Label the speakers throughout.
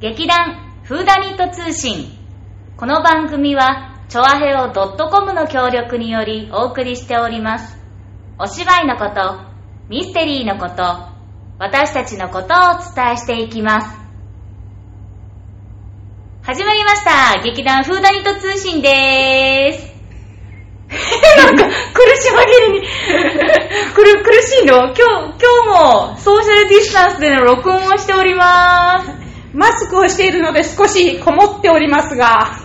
Speaker 1: 劇団フーダニット通信この番組はチョアヘオ .com の協力によりお送りしておりますお芝居のことミステリーのこと私たちのことをお伝えしていきます始まりました劇団フーダニット通信でー すなんか苦し紛 れに
Speaker 2: 苦苦しいの今日、今日もソーシャルディスタンスでの録音をしております。
Speaker 3: マスクをしているので少しこもっておりますが、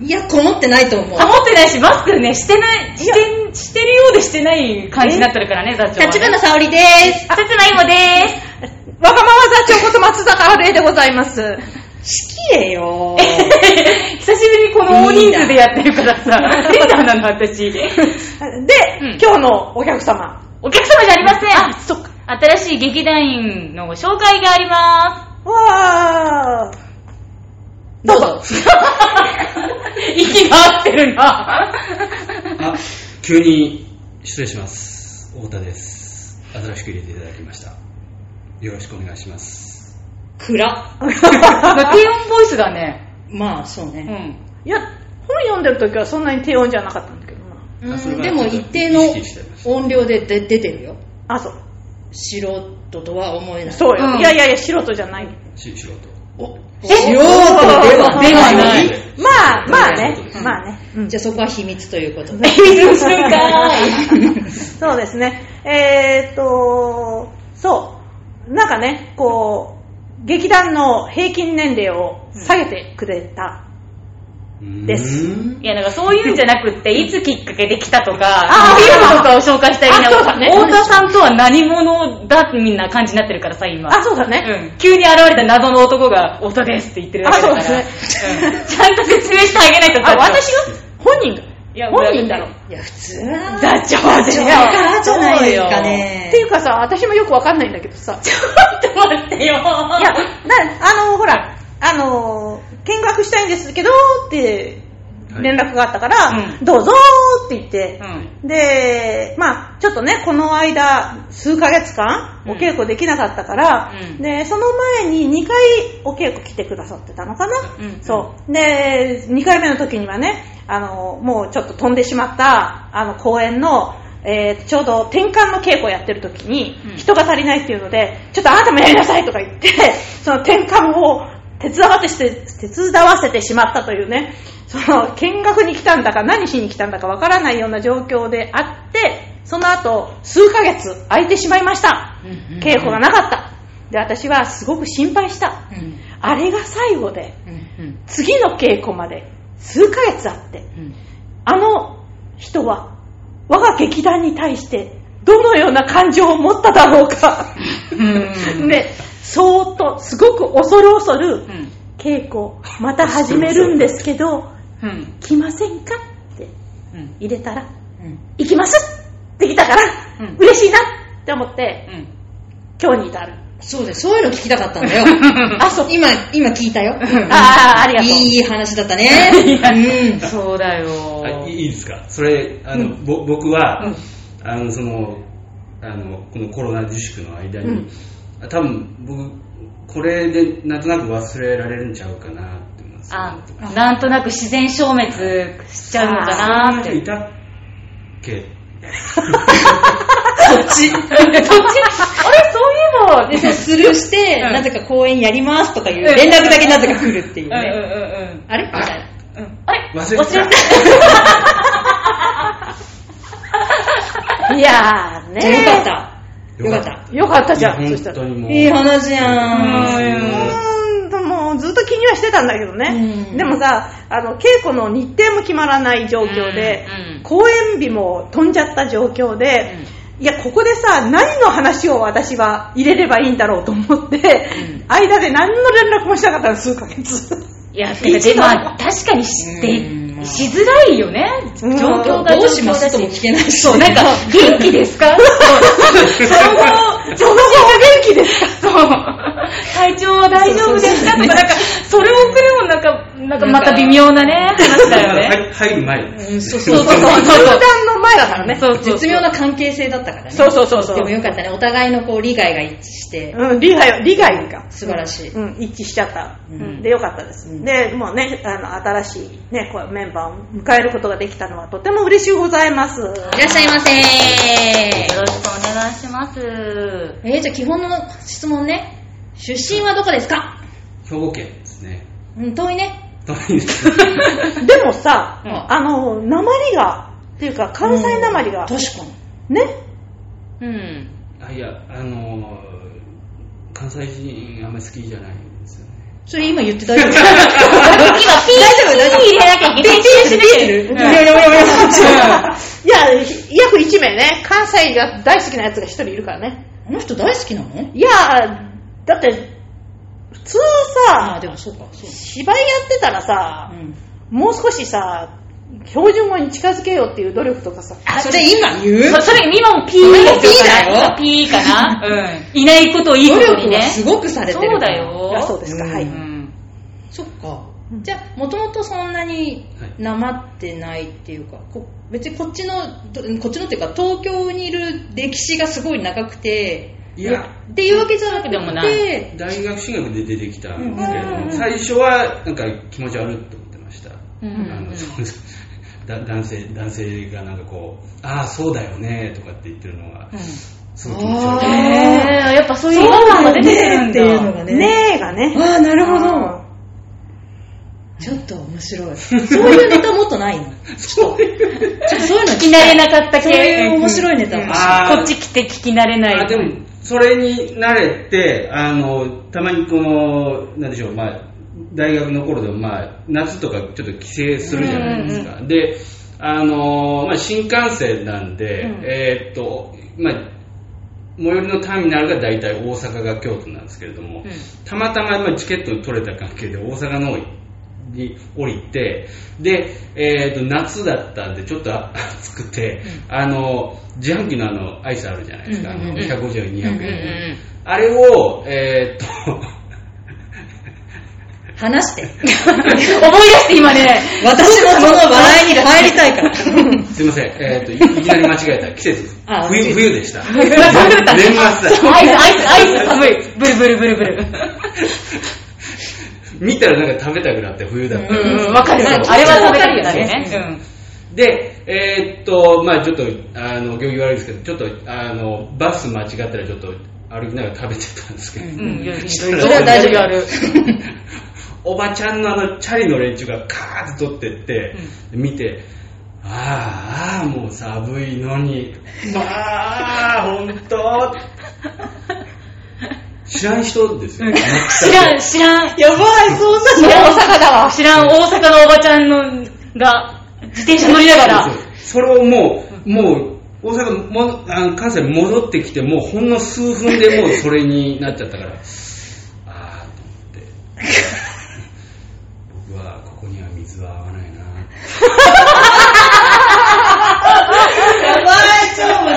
Speaker 4: いや、こもってないと思う
Speaker 2: あ、。持ってないし、マスクね、してない、して、してるようでしてない感じになってるからね、座長はね。
Speaker 4: 立花沙織で
Speaker 1: さつまいもでーす
Speaker 3: わがまま座長こと松坂春恵でございます。
Speaker 4: す。好きえよ。
Speaker 2: 久しぶりにこの大人数でやってるからさ、リーダーなの、 私。
Speaker 3: で、
Speaker 2: うん
Speaker 3: 今日のお客様。
Speaker 2: お客様じゃありません。
Speaker 3: あ、そっか。
Speaker 2: 新しい劇団員の紹介がありま
Speaker 3: わー。
Speaker 4: どうぞ。
Speaker 2: す。息が合ってるな。
Speaker 5: あ、急に失礼します。太田です。新しく入れていただきました。よろしくお願いします。
Speaker 4: 暗。
Speaker 2: 低音ボイスだね。
Speaker 4: まあ、そう
Speaker 2: う
Speaker 4: ね。
Speaker 2: ん。
Speaker 3: いや、本読んでる時はそんなに低音じゃなかったんだけどな。
Speaker 4: う
Speaker 5: んあそれ
Speaker 4: ん
Speaker 5: は
Speaker 4: でも
Speaker 5: ちょ
Speaker 4: 一
Speaker 5: っと
Speaker 4: 定の
Speaker 5: 意識してました
Speaker 4: 音量でで出てるよ。
Speaker 3: あ、そう。
Speaker 4: 素人とは思えない。
Speaker 3: そうよ。
Speaker 2: うん
Speaker 3: いやいやいや、素人じゃない。
Speaker 5: し、素人。
Speaker 4: お素人では
Speaker 3: では
Speaker 4: ない。
Speaker 3: まあ、まあね
Speaker 5: そういうことで。す
Speaker 3: まあね。うん
Speaker 4: じゃあそこは秘密ということで。
Speaker 2: 水するか
Speaker 3: そうですね。えーっと、そう。なんかね、こう、劇団の平均年齢を下げてくれた。
Speaker 5: うーん
Speaker 3: です
Speaker 2: いや、なんかそういうんじゃなくって、いつきっかけで来たとか、
Speaker 3: あ
Speaker 2: そういうのとかを紹介したいな。
Speaker 3: あそうだね
Speaker 2: 太田さんとは何者だみんな感じになってるからさ、今。
Speaker 3: あ、そうだね。
Speaker 2: うん、急に現れた謎の男が、太田ですって言ってるだけだから。
Speaker 3: あそうで
Speaker 2: うんちゃんと説明してあげないと。
Speaker 3: あ、私
Speaker 2: が
Speaker 3: が本人が
Speaker 2: いや、
Speaker 3: 本人だろ。
Speaker 4: いや、普通は。
Speaker 2: 座長でしょ。
Speaker 3: 座長
Speaker 4: からじゃないですかね。
Speaker 3: っていうかさ、私もよくわかんないんだけどさ。い
Speaker 2: ちょっと待ってよ。い
Speaker 3: や、な、あの、ほら、あの、見学したいんですけど、って
Speaker 5: はい
Speaker 3: 連絡があったから、
Speaker 2: うん
Speaker 3: どうぞーって言って、
Speaker 2: うん。
Speaker 3: で、まあちょっとね、この間、数ヶ月間、
Speaker 2: うん
Speaker 3: お稽古できなかったから、
Speaker 2: うん
Speaker 3: で、その前に2回お稽古来てくださってたのかな、
Speaker 2: うん
Speaker 3: そう。で、2回目の時にはね、あの、もうちょっと飛んでしまった、あの、公演の、えーちょうど転換の稽古をやってる時に
Speaker 2: うん、
Speaker 3: 人が足りないっていうので、ちょっとあなたもやりなさいとか言って、 その転換を手伝わせて、手伝わせてしまったというね、その、見学に来たんだか何しに来たんだかわからないような状況であって、その後、数ヶ月空いてしまいました。稽古がなかった。で、私はすごく心配した。
Speaker 4: うん。
Speaker 3: あれが最後で、
Speaker 2: うん。
Speaker 3: 次の稽古まで数ヶ月あって、
Speaker 2: うん。
Speaker 3: あの人は我が劇団に対してどのような感情を持っただろうか。
Speaker 2: うん。
Speaker 3: ね、そーっと、すごく恐る恐る
Speaker 2: う、ん。
Speaker 3: 稽古、また始めるんですけど、
Speaker 2: うん。
Speaker 3: 来ませんかって
Speaker 2: うん。
Speaker 3: 入れたら、
Speaker 4: うん。
Speaker 3: 行きますって来たから
Speaker 2: うん、
Speaker 3: 嬉しいなって思って、
Speaker 2: うん。
Speaker 3: 今日に至る。
Speaker 4: そうです。そういうの聞きたかったんだよ。
Speaker 3: あ、そう。
Speaker 4: 今、今聞いたよ。
Speaker 3: ああ、ありがとう。
Speaker 4: いい話だったね。うん。
Speaker 2: そうだよ。
Speaker 5: あいいいですかそれ、あの、ぼ僕は、
Speaker 2: うん
Speaker 5: あの、その、あの、このコロナ自粛の間に、あ多分僕、これでなんとなく忘れられるんちゃうかなって思うんですよ
Speaker 2: あ、なんとなく自然消滅しちゃうのかなーっ
Speaker 5: そ
Speaker 2: て
Speaker 5: んな人。いたっけ
Speaker 4: そっち。
Speaker 2: そっち、あれそういえば、
Speaker 4: で、そうスルーして、
Speaker 2: うん
Speaker 4: なぜか公演やりますとかいう連絡だけなぜか来るっていうね。
Speaker 2: う
Speaker 4: あれみたいな。
Speaker 2: んうんうんうん。あれ
Speaker 5: 忘れてた。
Speaker 3: いや
Speaker 4: よかっ
Speaker 3: ーね
Speaker 4: た。よかった。
Speaker 3: よかったじゃん。そした
Speaker 5: 本
Speaker 3: ら
Speaker 5: 当にもう。
Speaker 4: いい話じゃん。
Speaker 5: う
Speaker 3: うーん、もうずっと気にはしてたんだけどね。
Speaker 4: うん
Speaker 3: でもさ、あの、稽古の日程も決まらない状況で、
Speaker 2: うんうん
Speaker 3: 公演日も飛んじゃった状況で、いや、ここでさ、何の話を私は入れればいいんだろうと思って、間で何の連絡もしなかったの、数ヶ月。
Speaker 2: いや、てか
Speaker 3: 一
Speaker 2: で、
Speaker 3: 度
Speaker 2: まあ、確かに知って
Speaker 4: うん、
Speaker 2: しづらいよね。状
Speaker 3: うん
Speaker 2: 況が
Speaker 4: どうしますとも聞けないし。
Speaker 2: そう、なんか、元気ですかそうその後、
Speaker 3: その後は元気です。
Speaker 2: そう。体調大丈夫ですかとか、なんか、それを送るもなんか、なんかまた微妙なね、話だよ
Speaker 5: ま
Speaker 2: ね。
Speaker 5: だ入る前です。
Speaker 4: うんそうそうそう
Speaker 2: そうそう
Speaker 3: 分断の前だからね。
Speaker 2: そうそう。
Speaker 4: 絶妙な関係性だったからね。
Speaker 3: そうそうそうそう
Speaker 4: でもよかったね。お互いのこう利害が一致して、
Speaker 3: うん、利害、利害が。
Speaker 4: 素晴らしい。
Speaker 3: うん、一致しちゃった。
Speaker 4: う
Speaker 3: うんん、で、よかったです。
Speaker 4: うん
Speaker 3: で、もうね、あの、新しいね、こうメンバーを迎えることができたのはとても嬉しゅうございます。
Speaker 4: いらっしゃいませー。
Speaker 1: よろしくお願いします。
Speaker 4: えー、じゃあ基本の質問ね。出身はどこですか
Speaker 5: 兵庫県ですね。
Speaker 4: うん、遠いね。
Speaker 5: 遠いですね。
Speaker 3: でもさ、
Speaker 4: うん
Speaker 3: あの、鉛が、っていうか、関西鉛が、
Speaker 4: 確かに。
Speaker 3: ね、
Speaker 2: うん。
Speaker 5: あ、いや、あのー、関西人あんまり好きじゃないんですよね。
Speaker 4: それ今言 って大丈夫
Speaker 1: 今、ピー入れなきゃいけない。
Speaker 4: 出てる
Speaker 3: いやいやいやいや、いや、約1名ね、関西が大好きなやつが1人いるからね。
Speaker 4: あの人大好きなの
Speaker 3: いや、だって、普通
Speaker 4: ああ、
Speaker 3: さ、
Speaker 4: でもそうか、そう。
Speaker 3: 芝居やってたらさ
Speaker 4: う、ん。
Speaker 3: もう少しさ、標準語に近づけようっていう努力とかさ、
Speaker 4: あ、それ今言う
Speaker 1: そそれ、今もピー
Speaker 4: それもピーだよ
Speaker 1: ピーかな
Speaker 4: うん。
Speaker 1: いないことをいいこ
Speaker 4: 努
Speaker 1: と
Speaker 4: 力
Speaker 1: に
Speaker 4: が
Speaker 1: ね。
Speaker 4: すごくされてる。
Speaker 1: そうだ。よ。
Speaker 3: あそうですか、は
Speaker 4: う
Speaker 3: い。
Speaker 4: ん。そっか。じゃあ、もともとそんなになまってないっていうか、こ別にこっちの、どこっちのっていうか、東京にいる歴史がすごい長くて、
Speaker 5: いや、
Speaker 4: っていうわけじゃなく
Speaker 1: で
Speaker 4: て、
Speaker 1: もない
Speaker 5: 大学進学で出てきたんですけれど
Speaker 3: うんうんうん
Speaker 5: も、最初はなんか気持ち悪いと思ってました。
Speaker 1: うんうん
Speaker 5: あの そうだ男性男性がなんかこう、ああ、そうだよねとかって言ってるのが、すごい気持ち悪い。
Speaker 1: へ
Speaker 4: あ
Speaker 1: えやっぱそういうロマンが出てくるんだ。
Speaker 4: が
Speaker 3: ねえがね。
Speaker 4: ああ、なるほ
Speaker 3: あ
Speaker 4: ど。ちょっと面白い。 そういうネタもっとないの
Speaker 5: そういう
Speaker 4: ちょっとそういうの聞
Speaker 1: 聞き
Speaker 4: き
Speaker 1: 慣れなかった
Speaker 4: そういう
Speaker 1: 系。
Speaker 4: 面白いネタも。
Speaker 5: あー
Speaker 1: こっち来て聞き慣れない。
Speaker 5: あでも、それに慣れて、あの、たまにこの、なんでしょう、まあ、大学の頃でも、まあ、夏とかちょっと帰省するじゃないですか。で、あの、まあ、新幹線なんで、えーっと、まあ、最寄りのターミナルが大体大阪が京都なんですけれども、たまたままあチケット取れた関係で大阪の方に降りて、で、えー、と夏だったんでちょっとあ暑くて、あの自販機のあのアイスあるじゃないですか、
Speaker 4: うんうんうん
Speaker 5: あの150円
Speaker 4: うん
Speaker 5: 200円、
Speaker 4: うんうん
Speaker 5: あれをえー、っと
Speaker 4: 話して。
Speaker 1: 思い出して今ね。
Speaker 4: 私もその笑いに入りたい から。
Speaker 5: すいません、えー、といいきなり間違えた季 節
Speaker 4: あ
Speaker 5: 冬
Speaker 4: 季節
Speaker 5: 冬でした年末だ
Speaker 1: アイス、アイス、アイス寒い。ブルブルブルブル。
Speaker 5: 見たらなんか食べたくなって冬だった、
Speaker 1: うんうん、わかる。
Speaker 4: ま
Speaker 1: あれは食べたくなるよ
Speaker 4: そうそう
Speaker 1: ね。
Speaker 5: で、えーっと、まあちょっと、あの、行儀悪いですけど、ちょっと、あの、バス間違ったらちょっと歩きながら食べてたんですけど、
Speaker 1: うん。うん、よし
Speaker 5: それ
Speaker 4: それは大丈夫。
Speaker 1: ある。
Speaker 5: おばちゃんのあの、チャリの連中がカーッと取ってって、見て、ああ、ああ、もう寒いの に、まあ、本当知らん人ですよ。
Speaker 1: 知らん、知らん。
Speaker 3: やばい、そんなの大阪だわ。
Speaker 1: 知らん大阪のおばちゃんのが自転車乗りながら。
Speaker 5: それをもう、もう、大阪もあの関西に戻ってきて、もうほんの数分でもうそれになっちゃっ たから、あーと思って、僕はここには水は合わないな
Speaker 3: でも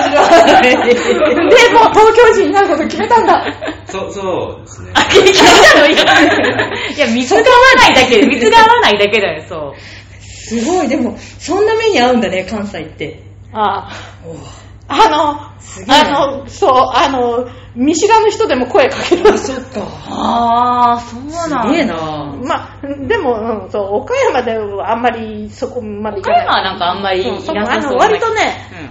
Speaker 3: う東京人になること決めたんだ。
Speaker 5: そう、そうですね。
Speaker 1: あ、 聞いたのいや、いや、水が合わないだけで、水が合わないだけだよ、そう。
Speaker 4: すごい、でも、そんな目に合うんだね、関西って。
Speaker 3: ああ。
Speaker 4: おう
Speaker 3: あ
Speaker 4: す
Speaker 3: の、
Speaker 4: げえな
Speaker 3: あの、そう、あの、見知らぬ人でも声かける。
Speaker 4: そっか。
Speaker 1: ああ、そう
Speaker 4: すげえな
Speaker 3: まあ、でも、うん、そう、岡山ではあんまりそこまで行か
Speaker 1: 岡
Speaker 3: ない。
Speaker 1: 山はなんかあんまりい
Speaker 3: うん
Speaker 1: な
Speaker 3: そ
Speaker 1: さ
Speaker 3: うあ
Speaker 1: そ
Speaker 3: の
Speaker 1: う。
Speaker 3: 割とね、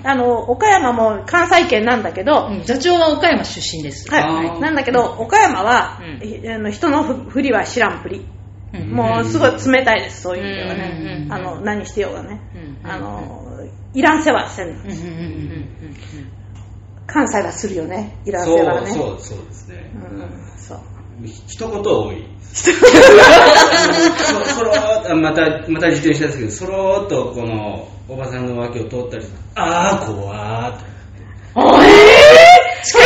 Speaker 1: う
Speaker 3: あの、岡山も関西圏なんだけど、
Speaker 4: うん座長は岡山出身です。
Speaker 3: はい、なんだけど、岡山は、
Speaker 1: うん
Speaker 3: えあの人のふふりは知らんぷり。
Speaker 4: うん
Speaker 3: もうすごい冷たいです、そういう意味では
Speaker 4: うんうんうんう
Speaker 3: ね。
Speaker 4: ん
Speaker 3: あの、何してようがね。
Speaker 1: うん
Speaker 3: あの、いらん世話せ
Speaker 4: う
Speaker 3: ん
Speaker 4: んうんうんうん
Speaker 3: 関西はするよね、いらん世
Speaker 5: そ
Speaker 3: 話
Speaker 5: う、
Speaker 3: ね。
Speaker 5: そう、そうですね。
Speaker 3: うん、そう。
Speaker 5: 一言多い。そそろーっと、また、また自転車ですけど、そろーっとこの、おばさんの脇を通ったりするあー、怖ーって。
Speaker 4: あえー近い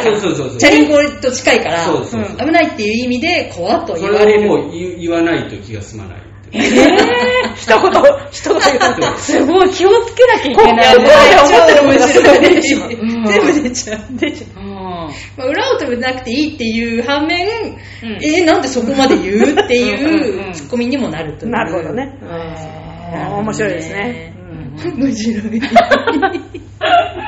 Speaker 4: から、近い
Speaker 5: そうそうそ
Speaker 4: か
Speaker 5: うそう
Speaker 4: ら。チャリンコと近いから、
Speaker 5: そうそうそう
Speaker 4: うん危ないっていう意味で、怖っと
Speaker 5: そ
Speaker 4: 言われ
Speaker 5: れを
Speaker 4: る。
Speaker 5: もう言う言わないと気が済まないっていう。
Speaker 3: 一言、一言言うと。
Speaker 2: すごい気をつけなきゃ いけ
Speaker 3: いや
Speaker 2: ない
Speaker 3: こう
Speaker 2: ね。
Speaker 3: や思ってる文字が出てしまう。
Speaker 2: ん
Speaker 3: 全部出ちゃう。出ちゃう。
Speaker 2: うん
Speaker 4: まあ、裏を取れなくていいっていう反面、
Speaker 2: ん
Speaker 4: えーなんでそこまで言うって
Speaker 2: うんうんうん
Speaker 4: いうツッコミにもなるという。
Speaker 3: なるほどね
Speaker 4: あー
Speaker 3: 面白いですね。うん
Speaker 4: 面白い。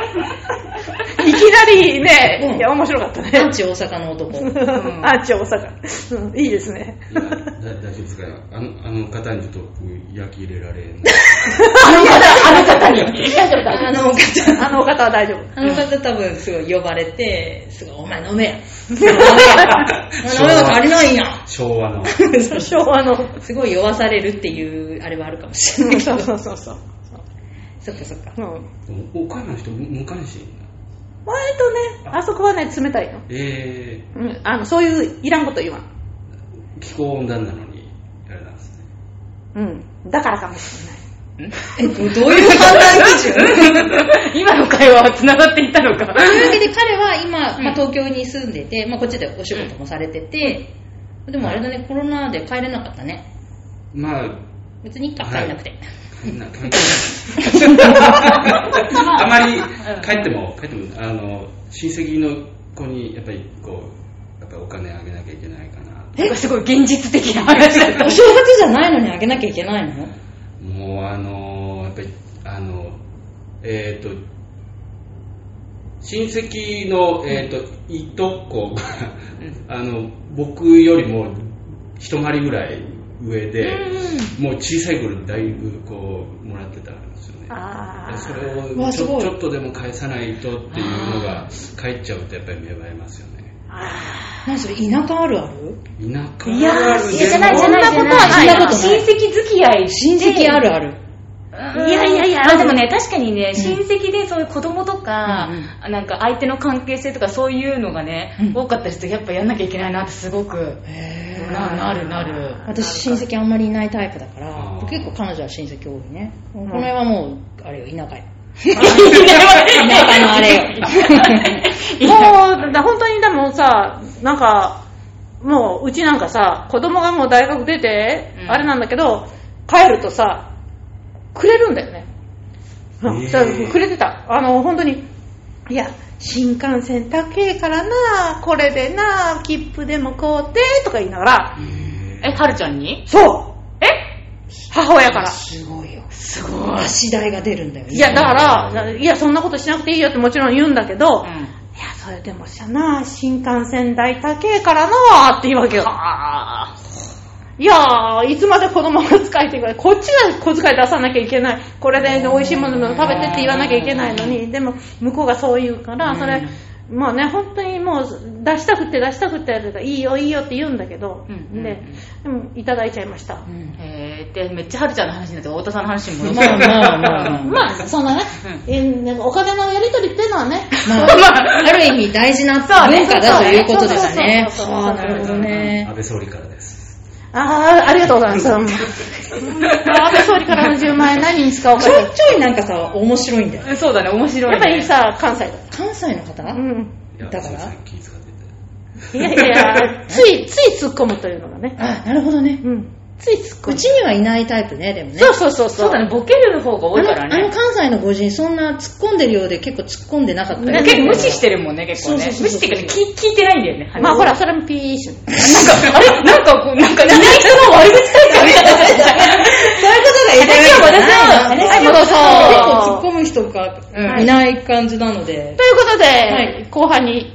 Speaker 3: いきなりね
Speaker 4: う、ん
Speaker 3: いや、面白かった
Speaker 4: アン
Speaker 3: ね。
Speaker 4: チ大阪の男。
Speaker 2: ん
Speaker 3: あっち大阪。うんいいですね。
Speaker 5: いやだ大丈夫ですかあのあの方にちょっと僕焼き入れられん
Speaker 4: あの方、
Speaker 3: あのお方は大丈夫。
Speaker 4: あの方多分すごい呼ばれて、すごい、お前飲めや。飲め
Speaker 5: そう
Speaker 4: が足りないんや。
Speaker 5: 昭和の
Speaker 3: 昭和の。
Speaker 4: すごい酔わされるっていう、あれはあるかもしれないけ
Speaker 3: そ
Speaker 4: ど
Speaker 3: う。そうそうそう。
Speaker 4: そっかそっか。
Speaker 3: うん
Speaker 5: でも岡山の人むかんしいな
Speaker 3: 割とね、あそこはね、冷たいの。
Speaker 5: え
Speaker 3: うん、あの、そういういらんこと言わん。
Speaker 5: ー、気候温暖なのにあれなんですね
Speaker 3: うん。だからかもしれない。
Speaker 4: え、どういう判断基準
Speaker 2: 今の会話は繋がっていたのか。
Speaker 4: というわけで彼は今、まあ、東京に住んでて、まあ、こっちでお仕事もされてて、でもあれだね、コロナで帰れなかったね。
Speaker 5: まあ
Speaker 4: 別にいいか、
Speaker 5: はい
Speaker 4: 帰んなくて。
Speaker 5: 帰んな帰んなあまり帰っても帰ってもあの親戚の子にやっぱりこうやっぱお金あげなきゃいけないかな
Speaker 2: なんかすごい現実的な話だった
Speaker 4: お。正月じゃないのにあげなきゃいけないの
Speaker 5: もうあのーやっぱりあのえっ、と親戚の、えっといとこ があの僕よりも一回りぐらい上で、もう小さい頃だいぶこうもらってたんですよね
Speaker 3: あ
Speaker 5: そ
Speaker 3: ー。
Speaker 5: れ
Speaker 4: う
Speaker 5: を
Speaker 4: わ
Speaker 5: ち
Speaker 4: す
Speaker 5: ょ
Speaker 4: ごい
Speaker 5: ちょっとでも返さないとっていうのが返っちゃうとやっぱり芽生えますよね
Speaker 4: 何それ、田舎あるある
Speaker 5: 田舎
Speaker 2: いや
Speaker 5: ある
Speaker 2: ー、
Speaker 5: で
Speaker 2: いやじゃないじゃないじゃない。親戚付き合い
Speaker 4: 親戚あるある。
Speaker 2: いやいやいや、あでもね、確かにね、親戚でそういう子供とか、なんか相手の関係性とかそういうのがね、
Speaker 4: うん
Speaker 2: 多かったりすると、やっぱやんなきゃいけないなってすごく、ななるなる。
Speaker 4: 私親戚あんまりいないタイプだか
Speaker 5: あ
Speaker 4: ら
Speaker 5: ー
Speaker 4: 結構彼女は親戚多いね、この辺はもうあれよ田舎よ田舎のあれよ
Speaker 3: もう、だ本当にでもさ、なんか、もう、うちなんかさ、子供がもう大学出て、
Speaker 2: うん
Speaker 3: あれなんだけど、帰るとさ、くれるんだよね。うん
Speaker 5: えー
Speaker 3: だからくれてた。あの、本当に、いや、新幹線高えからな、これでな、切符でも買うて、とか言いながら、
Speaker 2: え、はるちゃんに
Speaker 3: そうえ母親から。
Speaker 4: すごいよすごい足代が出るんだよね
Speaker 3: いや、だから、いや、そんなことしなくていいよってもちろん言うんだけど、
Speaker 2: うん。
Speaker 3: いや、それでもしゃな、新幹線代高えからなーって言うわけよ。いやー、いつまで子供が使いていくれ、こっちが小遣い出さなきゃいけない。これで美味しいものでも食べてって言わなきゃいけないのに、でも向こうがそう言うから、それ、まあね、本当にもう出したくって出したくってやるから、いいよいいよって言うんだけど、
Speaker 2: うんうんうん
Speaker 3: で、でもいただいちゃいました
Speaker 4: う。ん
Speaker 2: えー、で、めっちゃはるちゃんの話になって、太田さんの話に戻
Speaker 4: まあまあまあまあ、まあ、
Speaker 3: まあ、そんなね、えーなんかお金のやり取りっていうのはね、
Speaker 4: ある意味大事な文化だということですね
Speaker 3: そうそうそうそう
Speaker 4: はあなるほどね
Speaker 5: 安倍総理からです
Speaker 3: ああ、ありがとうござい ます。うん安倍総理からの10万円何に使おうか
Speaker 4: ちょいちょいなんかさ面白いんだよ
Speaker 2: うんそうだね、面白い、ね。
Speaker 3: やっぱりさ、関西だ。
Speaker 4: 関西の方、
Speaker 3: うん。
Speaker 5: いや
Speaker 4: だから
Speaker 5: すいません気遣ってて
Speaker 3: いやいや、つい、つい突っ込むというのがね。
Speaker 4: あなるほどね
Speaker 3: うん。つい突っ込
Speaker 4: う
Speaker 3: む。
Speaker 4: ちにはいないタイプねでもね
Speaker 3: そうそうそう。
Speaker 2: そうだね、ボケる方が多いか
Speaker 4: あ
Speaker 2: ら
Speaker 4: のあの
Speaker 2: ね。
Speaker 4: 関西のご人そんな突っ込んでるようで結構突っ込んでなかったよ
Speaker 2: なんか結構無視してるもんね、結構ね。
Speaker 4: そうそうそうそう
Speaker 2: 無視っていうか、ね、聞聞いてないんだよね。
Speaker 3: まあほら、それもピーし。
Speaker 2: なんか、あれなんかこう、なんか、いない人の悪口書いちゃうみたいな。
Speaker 4: そういうことが
Speaker 2: 私は
Speaker 4: い
Speaker 2: 私は
Speaker 4: はい
Speaker 2: 私は
Speaker 4: 結構突っ込む人が
Speaker 2: うん
Speaker 4: いない感じなので
Speaker 3: と、いうことで、
Speaker 4: はい
Speaker 3: 後半に。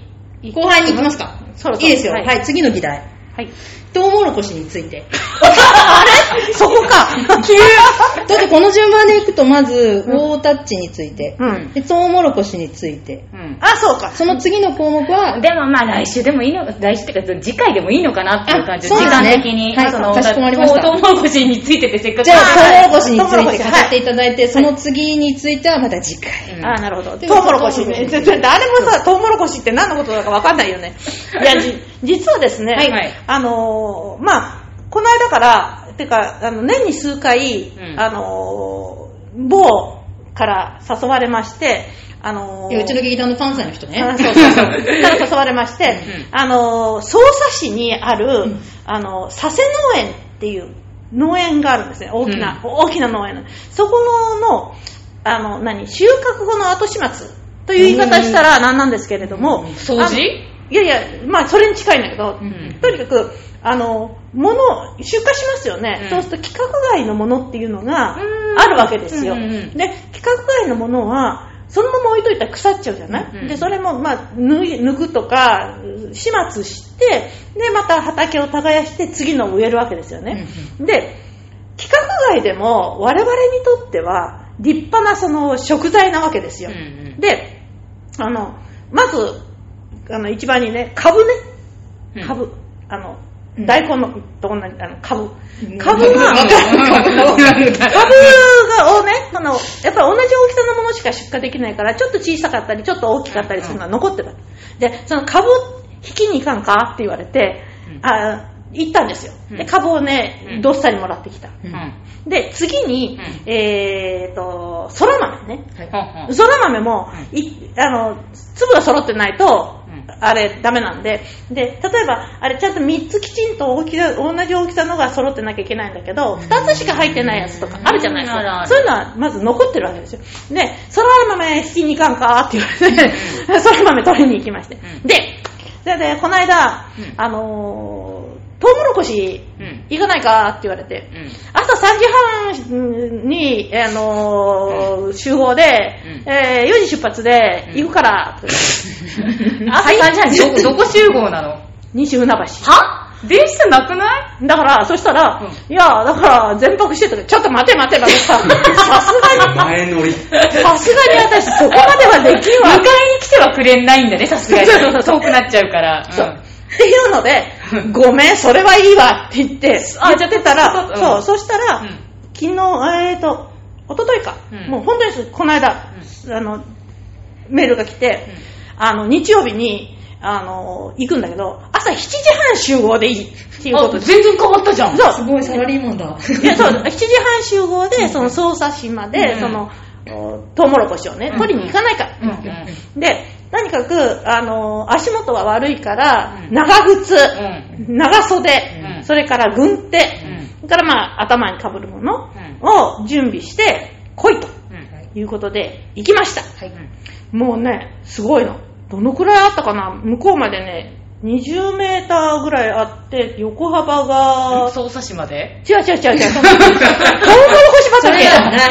Speaker 4: 後半に行きますか
Speaker 3: そろそろ
Speaker 4: いいですよ
Speaker 3: は
Speaker 4: はいい、次の議題
Speaker 3: はい。
Speaker 4: トウモロコシについて
Speaker 3: そこか。急
Speaker 4: だってこの順番でいくとまずウォータッチについて、
Speaker 3: うん。
Speaker 4: でトウモロコシについて
Speaker 2: うん。
Speaker 3: あ、そうか。
Speaker 4: その次の項目は
Speaker 2: でもまあ来週でもいいの、来週っていうか次回でもいいのかなっていう感じで、時
Speaker 4: あそうです
Speaker 2: 間
Speaker 4: ね
Speaker 2: 的に。
Speaker 4: はい
Speaker 2: その、
Speaker 4: かしこまりました
Speaker 2: トウモロコシについててせっかく。
Speaker 4: じゃあトウモロコシにつ
Speaker 3: トウモロ
Speaker 4: い
Speaker 3: コシ
Speaker 4: て語
Speaker 3: はい
Speaker 4: っていただいて、その次についてはまた次回、
Speaker 2: うん
Speaker 3: あ、なるほど。
Speaker 4: で
Speaker 3: トウモロコシ
Speaker 4: ト
Speaker 3: ね。
Speaker 4: ウモロコシ
Speaker 3: 全然誰もさ、トウモロコシって何のことだか分かんないよね。いや、じ実はですね、
Speaker 2: はい
Speaker 3: あのーまあ、この間から、てか、あの、年に数回、
Speaker 2: うん
Speaker 3: あのー某から誘われまして、あの
Speaker 4: い
Speaker 3: ー
Speaker 4: やうちの劇団の関西の人ね、
Speaker 3: あそうそう そう。から誘われまして、あのー匝瑳市にある、あのー佐世農園っていう農園があるんですね。大きな、大きな農園。そこの、あの、何、収穫後の後始末という言い方したらなんなんですけれども、
Speaker 2: 掃
Speaker 3: あの
Speaker 2: 除
Speaker 3: いやいや、まあ、それに近いんだけど、
Speaker 2: ん
Speaker 3: とにかく、あの、物を出荷しますよね。
Speaker 2: うん
Speaker 3: そうすると、規格外のものっていうのがあるわけですよ。
Speaker 2: うんうんうん
Speaker 3: で、規格外のものは、そのまま置いといたら腐っちゃうじゃない、
Speaker 2: うんうん
Speaker 3: で、それも、まあ、脱い抜くとか、始末して、で、また畑を耕して、次のを植えるわけですよね。で、規格外でも、我々にとっては、立派なその食材なわけですよ。で、あの、まず、あの、一番にね、株ね。株。あの、大根のと同じ、あの、株。株が、株が、をね、あの、やっぱり同じ大きさのものしか出荷できないから、ちょっと小さかったり、ちょっと大きかったりするのは残ってた。で、その株、引きに行かんかって言われて、あ行ったんですよ。で、株をね、どっさりもらってきた。で、次に、えーと、空豆ね。そら豆も、いあの、粒が揃ってないと、あれ、ダメなんで、で、例えば、あれ、ちゃんと3つきちんと大きさ、同じ大きさのが揃ってなきゃいけないんだけど、2つしか入ってないやつとかあるじゃないです
Speaker 2: うんあるあ
Speaker 3: か。
Speaker 2: る
Speaker 3: そういうのは、まず残ってるわけですよ。で、そら豆引きに行かんかって言われて、 そら豆取りに行きまして。
Speaker 2: うん
Speaker 3: で、で、で、この間
Speaker 2: うん、
Speaker 3: あのー、トウモロコシ、行かないかって言われて、朝3時半に、あのー集合で、
Speaker 2: うん
Speaker 3: えー4時出発で
Speaker 2: うん
Speaker 3: 行 くから、朝
Speaker 2: 最
Speaker 3: 3時半に
Speaker 2: 初 どこ集合なの
Speaker 3: 西船橋。
Speaker 2: は電車なくない
Speaker 3: だから、そしたら、いや、だから、全泊してたけど、ちょっと待て待て待てさ、さすが に、
Speaker 5: 前乗り。
Speaker 3: さすがに私、そこまではできんわ。
Speaker 2: 迎えに来てはくれないんだね、さすがに。
Speaker 3: そうそうそ
Speaker 2: 遠
Speaker 3: う
Speaker 2: くなっちゃうから。
Speaker 3: そ
Speaker 2: ん
Speaker 3: う。っていうので、ごめん、それはいいわって言って、
Speaker 2: あ
Speaker 3: 言ってたら、
Speaker 2: うん
Speaker 3: そう、そしたら、
Speaker 2: うん
Speaker 3: 昨日、えーと、一昨日か、
Speaker 2: うん
Speaker 3: もう本当にすこの間、あの、メールが来て、あの、日曜日に、あの、行くんだけど、朝7時半集合でいいっていうこと
Speaker 2: あ
Speaker 3: で、
Speaker 2: 全然変わったじゃん。
Speaker 3: そう
Speaker 4: す、ごいサラリーマンだ。
Speaker 3: いやそう7時 半集合で、その匝瑳市まで、
Speaker 2: うん
Speaker 3: その、おトウモロコシをね、
Speaker 2: うん
Speaker 3: 取りに行かないから。
Speaker 2: うんうん
Speaker 3: で、とにかく、あの足元は悪いから、
Speaker 2: うん
Speaker 3: 長靴、
Speaker 2: う
Speaker 3: 長袖、
Speaker 2: うん
Speaker 3: それから軍手、それからまあ、頭にかぶるものを準備して、来いということで、行きました。もうね、すごいの。どのくらいあったかな向こうまでね、20メーターぐらいあって、横幅が、
Speaker 2: 操作しまで
Speaker 3: 違う違う違う違う。トウモロコシ畑だ。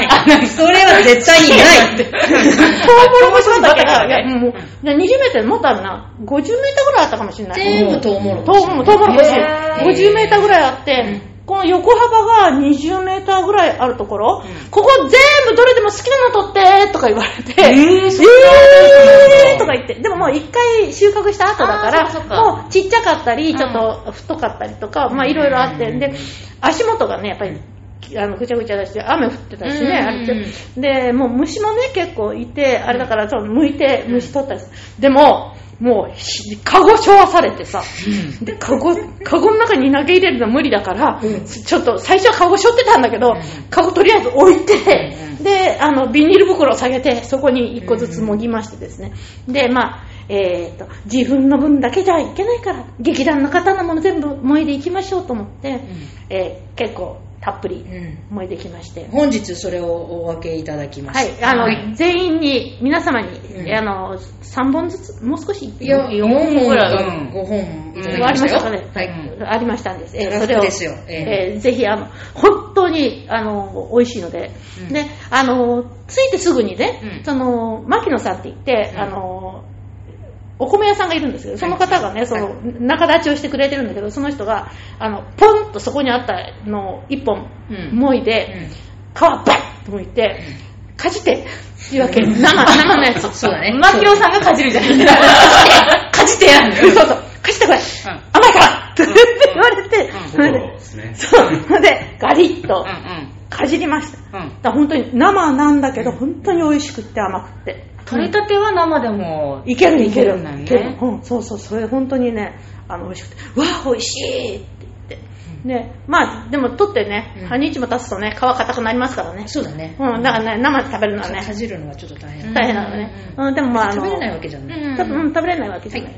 Speaker 4: い。それは絶対にない。
Speaker 3: トウモロコシ畑だ。いや、もう、20メーターもっとあるな。50メーターぐらいあったかもしれない。
Speaker 4: 全部トウモロ
Speaker 3: ト
Speaker 4: コシ。
Speaker 3: ウもうトウモロコシ。
Speaker 2: へー
Speaker 3: 50メーターぐらいあって、この横幅が20メーターぐらいあるところ、ここ全部どれでも好きなの取ってとか言われて、えー、とか言って、でももう一回収穫した後だか
Speaker 2: あーそっかそ
Speaker 3: ら、
Speaker 2: っか
Speaker 3: もうちっちゃかったり、ちょっと太かったりとか、まあいろいろあって、で、足元がね、やっぱり、あのぐちゃぐちゃだし、雨降ってたしね、あれちょで、もう虫もね、結構いて、あれだから、そう、剥いて、虫取ったりする。でも、もうひ、カゴ背負わされてさ、で、カゴ、カゴの中に投げ入れるのは無理だから、ちょっと、最初はカゴ背負ってたんだけど、カゴとりあえず置いて、で、あの、ビニール袋を下げて、そこに一個ずつもぎましてですね。で、まあ、えー、と自分の分だけじゃいけないから劇団の方のもの全部燃えでいきましょうと思って、えー結構たっぷり
Speaker 4: うん
Speaker 3: 燃えできまして、
Speaker 4: 本日それをお分けいただきま
Speaker 3: は
Speaker 4: し
Speaker 3: い、
Speaker 4: た。
Speaker 3: あの、全員に、皆様に、
Speaker 4: うん
Speaker 3: あの、3本ずつ、もう少し、
Speaker 4: いや、4本ぐらい、
Speaker 2: うん
Speaker 4: 5本いただき
Speaker 3: あ
Speaker 4: ま
Speaker 3: り
Speaker 4: した
Speaker 3: まし
Speaker 4: よ。
Speaker 3: たかね、
Speaker 4: はい。
Speaker 3: ありましたんです。え
Speaker 4: ドラフトですよえ
Speaker 3: えーぜひ、あの、本当に、あの、美味しいので、で、あの、ついてすぐにね、
Speaker 2: うん
Speaker 3: その、牧野さんって言って、あの、お米屋さんがいるんですけど、その方がね、その、仲立ちをしてくれてるんだけど、その人が、あの、ポンとそこにあったのを一本、
Speaker 2: うん
Speaker 3: もいで、皮バッと剥いて、かじって、っていうわけ。生、生のやつ。
Speaker 4: そうだね。
Speaker 2: マキロさんがかじるじゃないですか。
Speaker 3: かじってやる。そうそう。かじってこれ。甘いからって言われて、そ
Speaker 5: そう
Speaker 3: れで、
Speaker 5: です ね。
Speaker 3: そう。それで、ガリッ
Speaker 2: う
Speaker 3: と
Speaker 2: んうん
Speaker 3: かじりました。
Speaker 2: うん
Speaker 3: だから本当に生なんだけど、本当に美味しくって甘くって。
Speaker 2: 取れたては生でも
Speaker 3: いけるいける。
Speaker 2: いけるんだよね
Speaker 3: いけるうん、そうそう、それ本当にね、あの、美味しくて、わあ、美味しいって言って。ね、まあ、でも取ってね、半日も経つとね、皮硬くなりますからね。
Speaker 4: そうだね。
Speaker 3: うん、だからね、生で食べるのはね、
Speaker 4: かじるのはちょっと大変。
Speaker 3: 大変なのね。うん、でもまあ、あの
Speaker 4: 食べれないわけじゃない。
Speaker 3: 食べうん食べれないわけじゃない。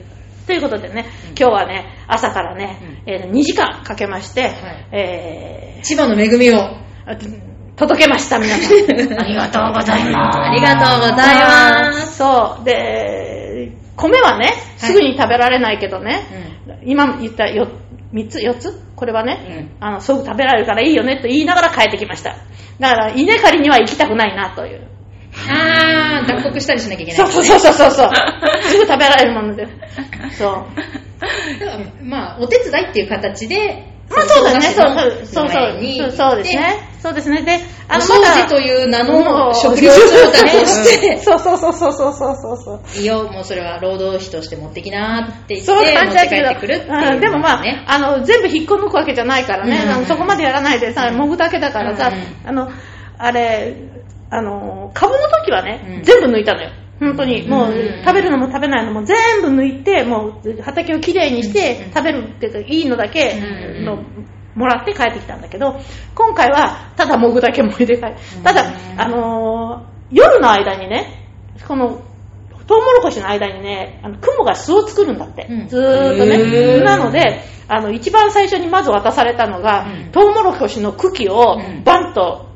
Speaker 3: ということでね、今日はね、朝からね、えー2時間かけまして、
Speaker 4: い
Speaker 3: え
Speaker 4: 千葉の恵みを。
Speaker 3: ーあ届けました、皆さん。
Speaker 2: ありがとうございます。
Speaker 4: ありがとうございます。
Speaker 3: す。そう。で、米はね、すぐに食べられないけどね、今言ったよ3つ、4つこれはね、あの、すぐ食べられるからいいよねと言いながら帰ってきました。だから、稲刈りには行きたくないなという。
Speaker 4: あー、脱穀したりしなきゃいけ
Speaker 3: そ
Speaker 4: な
Speaker 3: う
Speaker 4: い。
Speaker 3: そうそうそうそうそう。すぐ食べられるもので。 そう。
Speaker 4: だからまあ、お手伝いっていう形で、
Speaker 3: まあそうだね、そう
Speaker 4: そ
Speaker 3: そう
Speaker 4: の
Speaker 3: そうそう
Speaker 4: に
Speaker 3: そうそうです。ね。そうですね。で、
Speaker 4: お
Speaker 3: あ
Speaker 4: 掃除と
Speaker 3: う
Speaker 4: いう名の食料調達をして、
Speaker 3: そうそうそうそうそうそうそう そう。
Speaker 4: いや、もうそれは労働費として持ってきなーって言って、
Speaker 3: そういう
Speaker 4: 持
Speaker 3: 感
Speaker 4: っ
Speaker 3: じだ
Speaker 4: て帰って
Speaker 3: け
Speaker 4: くるっていう、
Speaker 3: ど、うんでもまあ
Speaker 4: ね、、
Speaker 3: あの、全部引っこ抜くわけじゃないからね、
Speaker 4: うん
Speaker 3: あのそこまでやらないでさ、もぐだけだからさ、
Speaker 4: う
Speaker 3: あの、あれ、あの、株の時はね、
Speaker 4: うん
Speaker 3: 全部抜いたのよ。本当に、もう、
Speaker 4: うん
Speaker 3: 食べるのも食べないのも全部抜いて、もう、畑をきれいにして、食べるっていうか、いいのだけ
Speaker 4: うん
Speaker 3: の、もらって帰ってきたんだけど、今回は、ただもぐだけも入れ替え、ただ、あのー夜の間にね、この、トウモロコシの間にね、あの雲が巣を作るんだって、
Speaker 4: うん
Speaker 3: ずーっと
Speaker 5: へ
Speaker 3: ね。
Speaker 5: ー
Speaker 3: なので、あの、一番最初にまず渡されたのが、
Speaker 4: うん
Speaker 3: トウモロコシの茎を
Speaker 4: うん、
Speaker 3: バンと、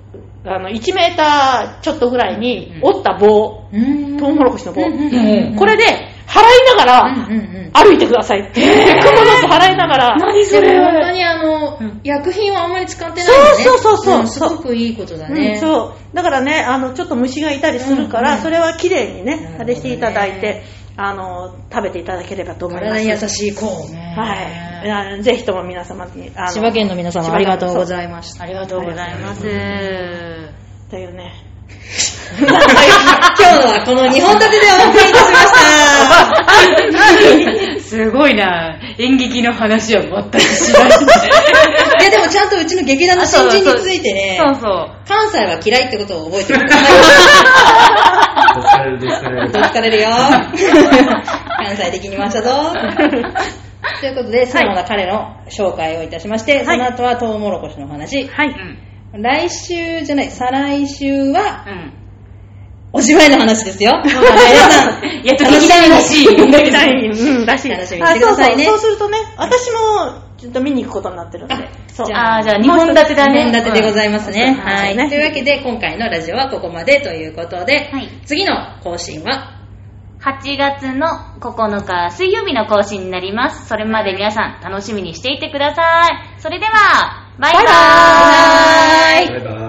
Speaker 3: あの、1メーターちょっとぐらいに
Speaker 4: うん
Speaker 3: 折った棒、
Speaker 4: うーん
Speaker 3: トウモロコシの棒。
Speaker 4: うん
Speaker 3: これで、払いなが
Speaker 4: うん
Speaker 3: ら、
Speaker 4: うんうん
Speaker 3: 歩いてくださいって。雲の巣払いながら。何
Speaker 4: でも本当にあの、薬品はあんまり使ってないね。
Speaker 3: そうそうそうそうん
Speaker 4: すごくいいことだね。
Speaker 3: うん、そうだからねあのちょっと虫がいたりするから、
Speaker 4: うんうん
Speaker 3: それはきれいに
Speaker 4: な
Speaker 3: ね
Speaker 4: るほどね
Speaker 3: あれしていただいてあの食べていただければと思います
Speaker 4: 体に優しい子。
Speaker 3: はいあのぜひとも皆様にあの
Speaker 6: 千葉県の皆様ありがとうござ
Speaker 3: い
Speaker 6: いました。
Speaker 2: ありがとうございます。
Speaker 3: ますというね
Speaker 4: 今日はこの2本立てでお送りいたしま した。
Speaker 2: すごいな演劇の話は全くしない。
Speaker 4: いやでもちゃんとうちの劇団の新人についてね、
Speaker 2: そうそう。
Speaker 4: 関西は嫌いってことを覚えてる。
Speaker 5: どっかれるどっかれる
Speaker 4: どつかれ るよ。関西的に回したぞ。ということで、最後は彼の紹介をいたしまして、その後はトウモロコシのお話。
Speaker 3: はい、
Speaker 4: 来週じゃない、再来週は、
Speaker 2: うん。
Speaker 4: お芝居の話ですよ。皆さん、
Speaker 2: やっと劇団らしい。
Speaker 3: 劇団員、うん、らしい
Speaker 4: 楽しみにしてくださいね
Speaker 3: あそうそうそうするとね私もちょっと見に行くことになってるんでそう
Speaker 4: じ
Speaker 2: ああ、じゃあ、二本立てだね。
Speaker 4: 2本立てでございますね。
Speaker 3: うん
Speaker 4: はい。
Speaker 3: そうですね
Speaker 4: というわけで、今回のラジオはここまでということで、
Speaker 1: はい
Speaker 4: 次の更新は、
Speaker 1: 8月の9日水曜日の更新になります。それまで皆さん楽しみにしていてください。それでは、バイバーイ
Speaker 4: バイバーイ
Speaker 5: バイバイ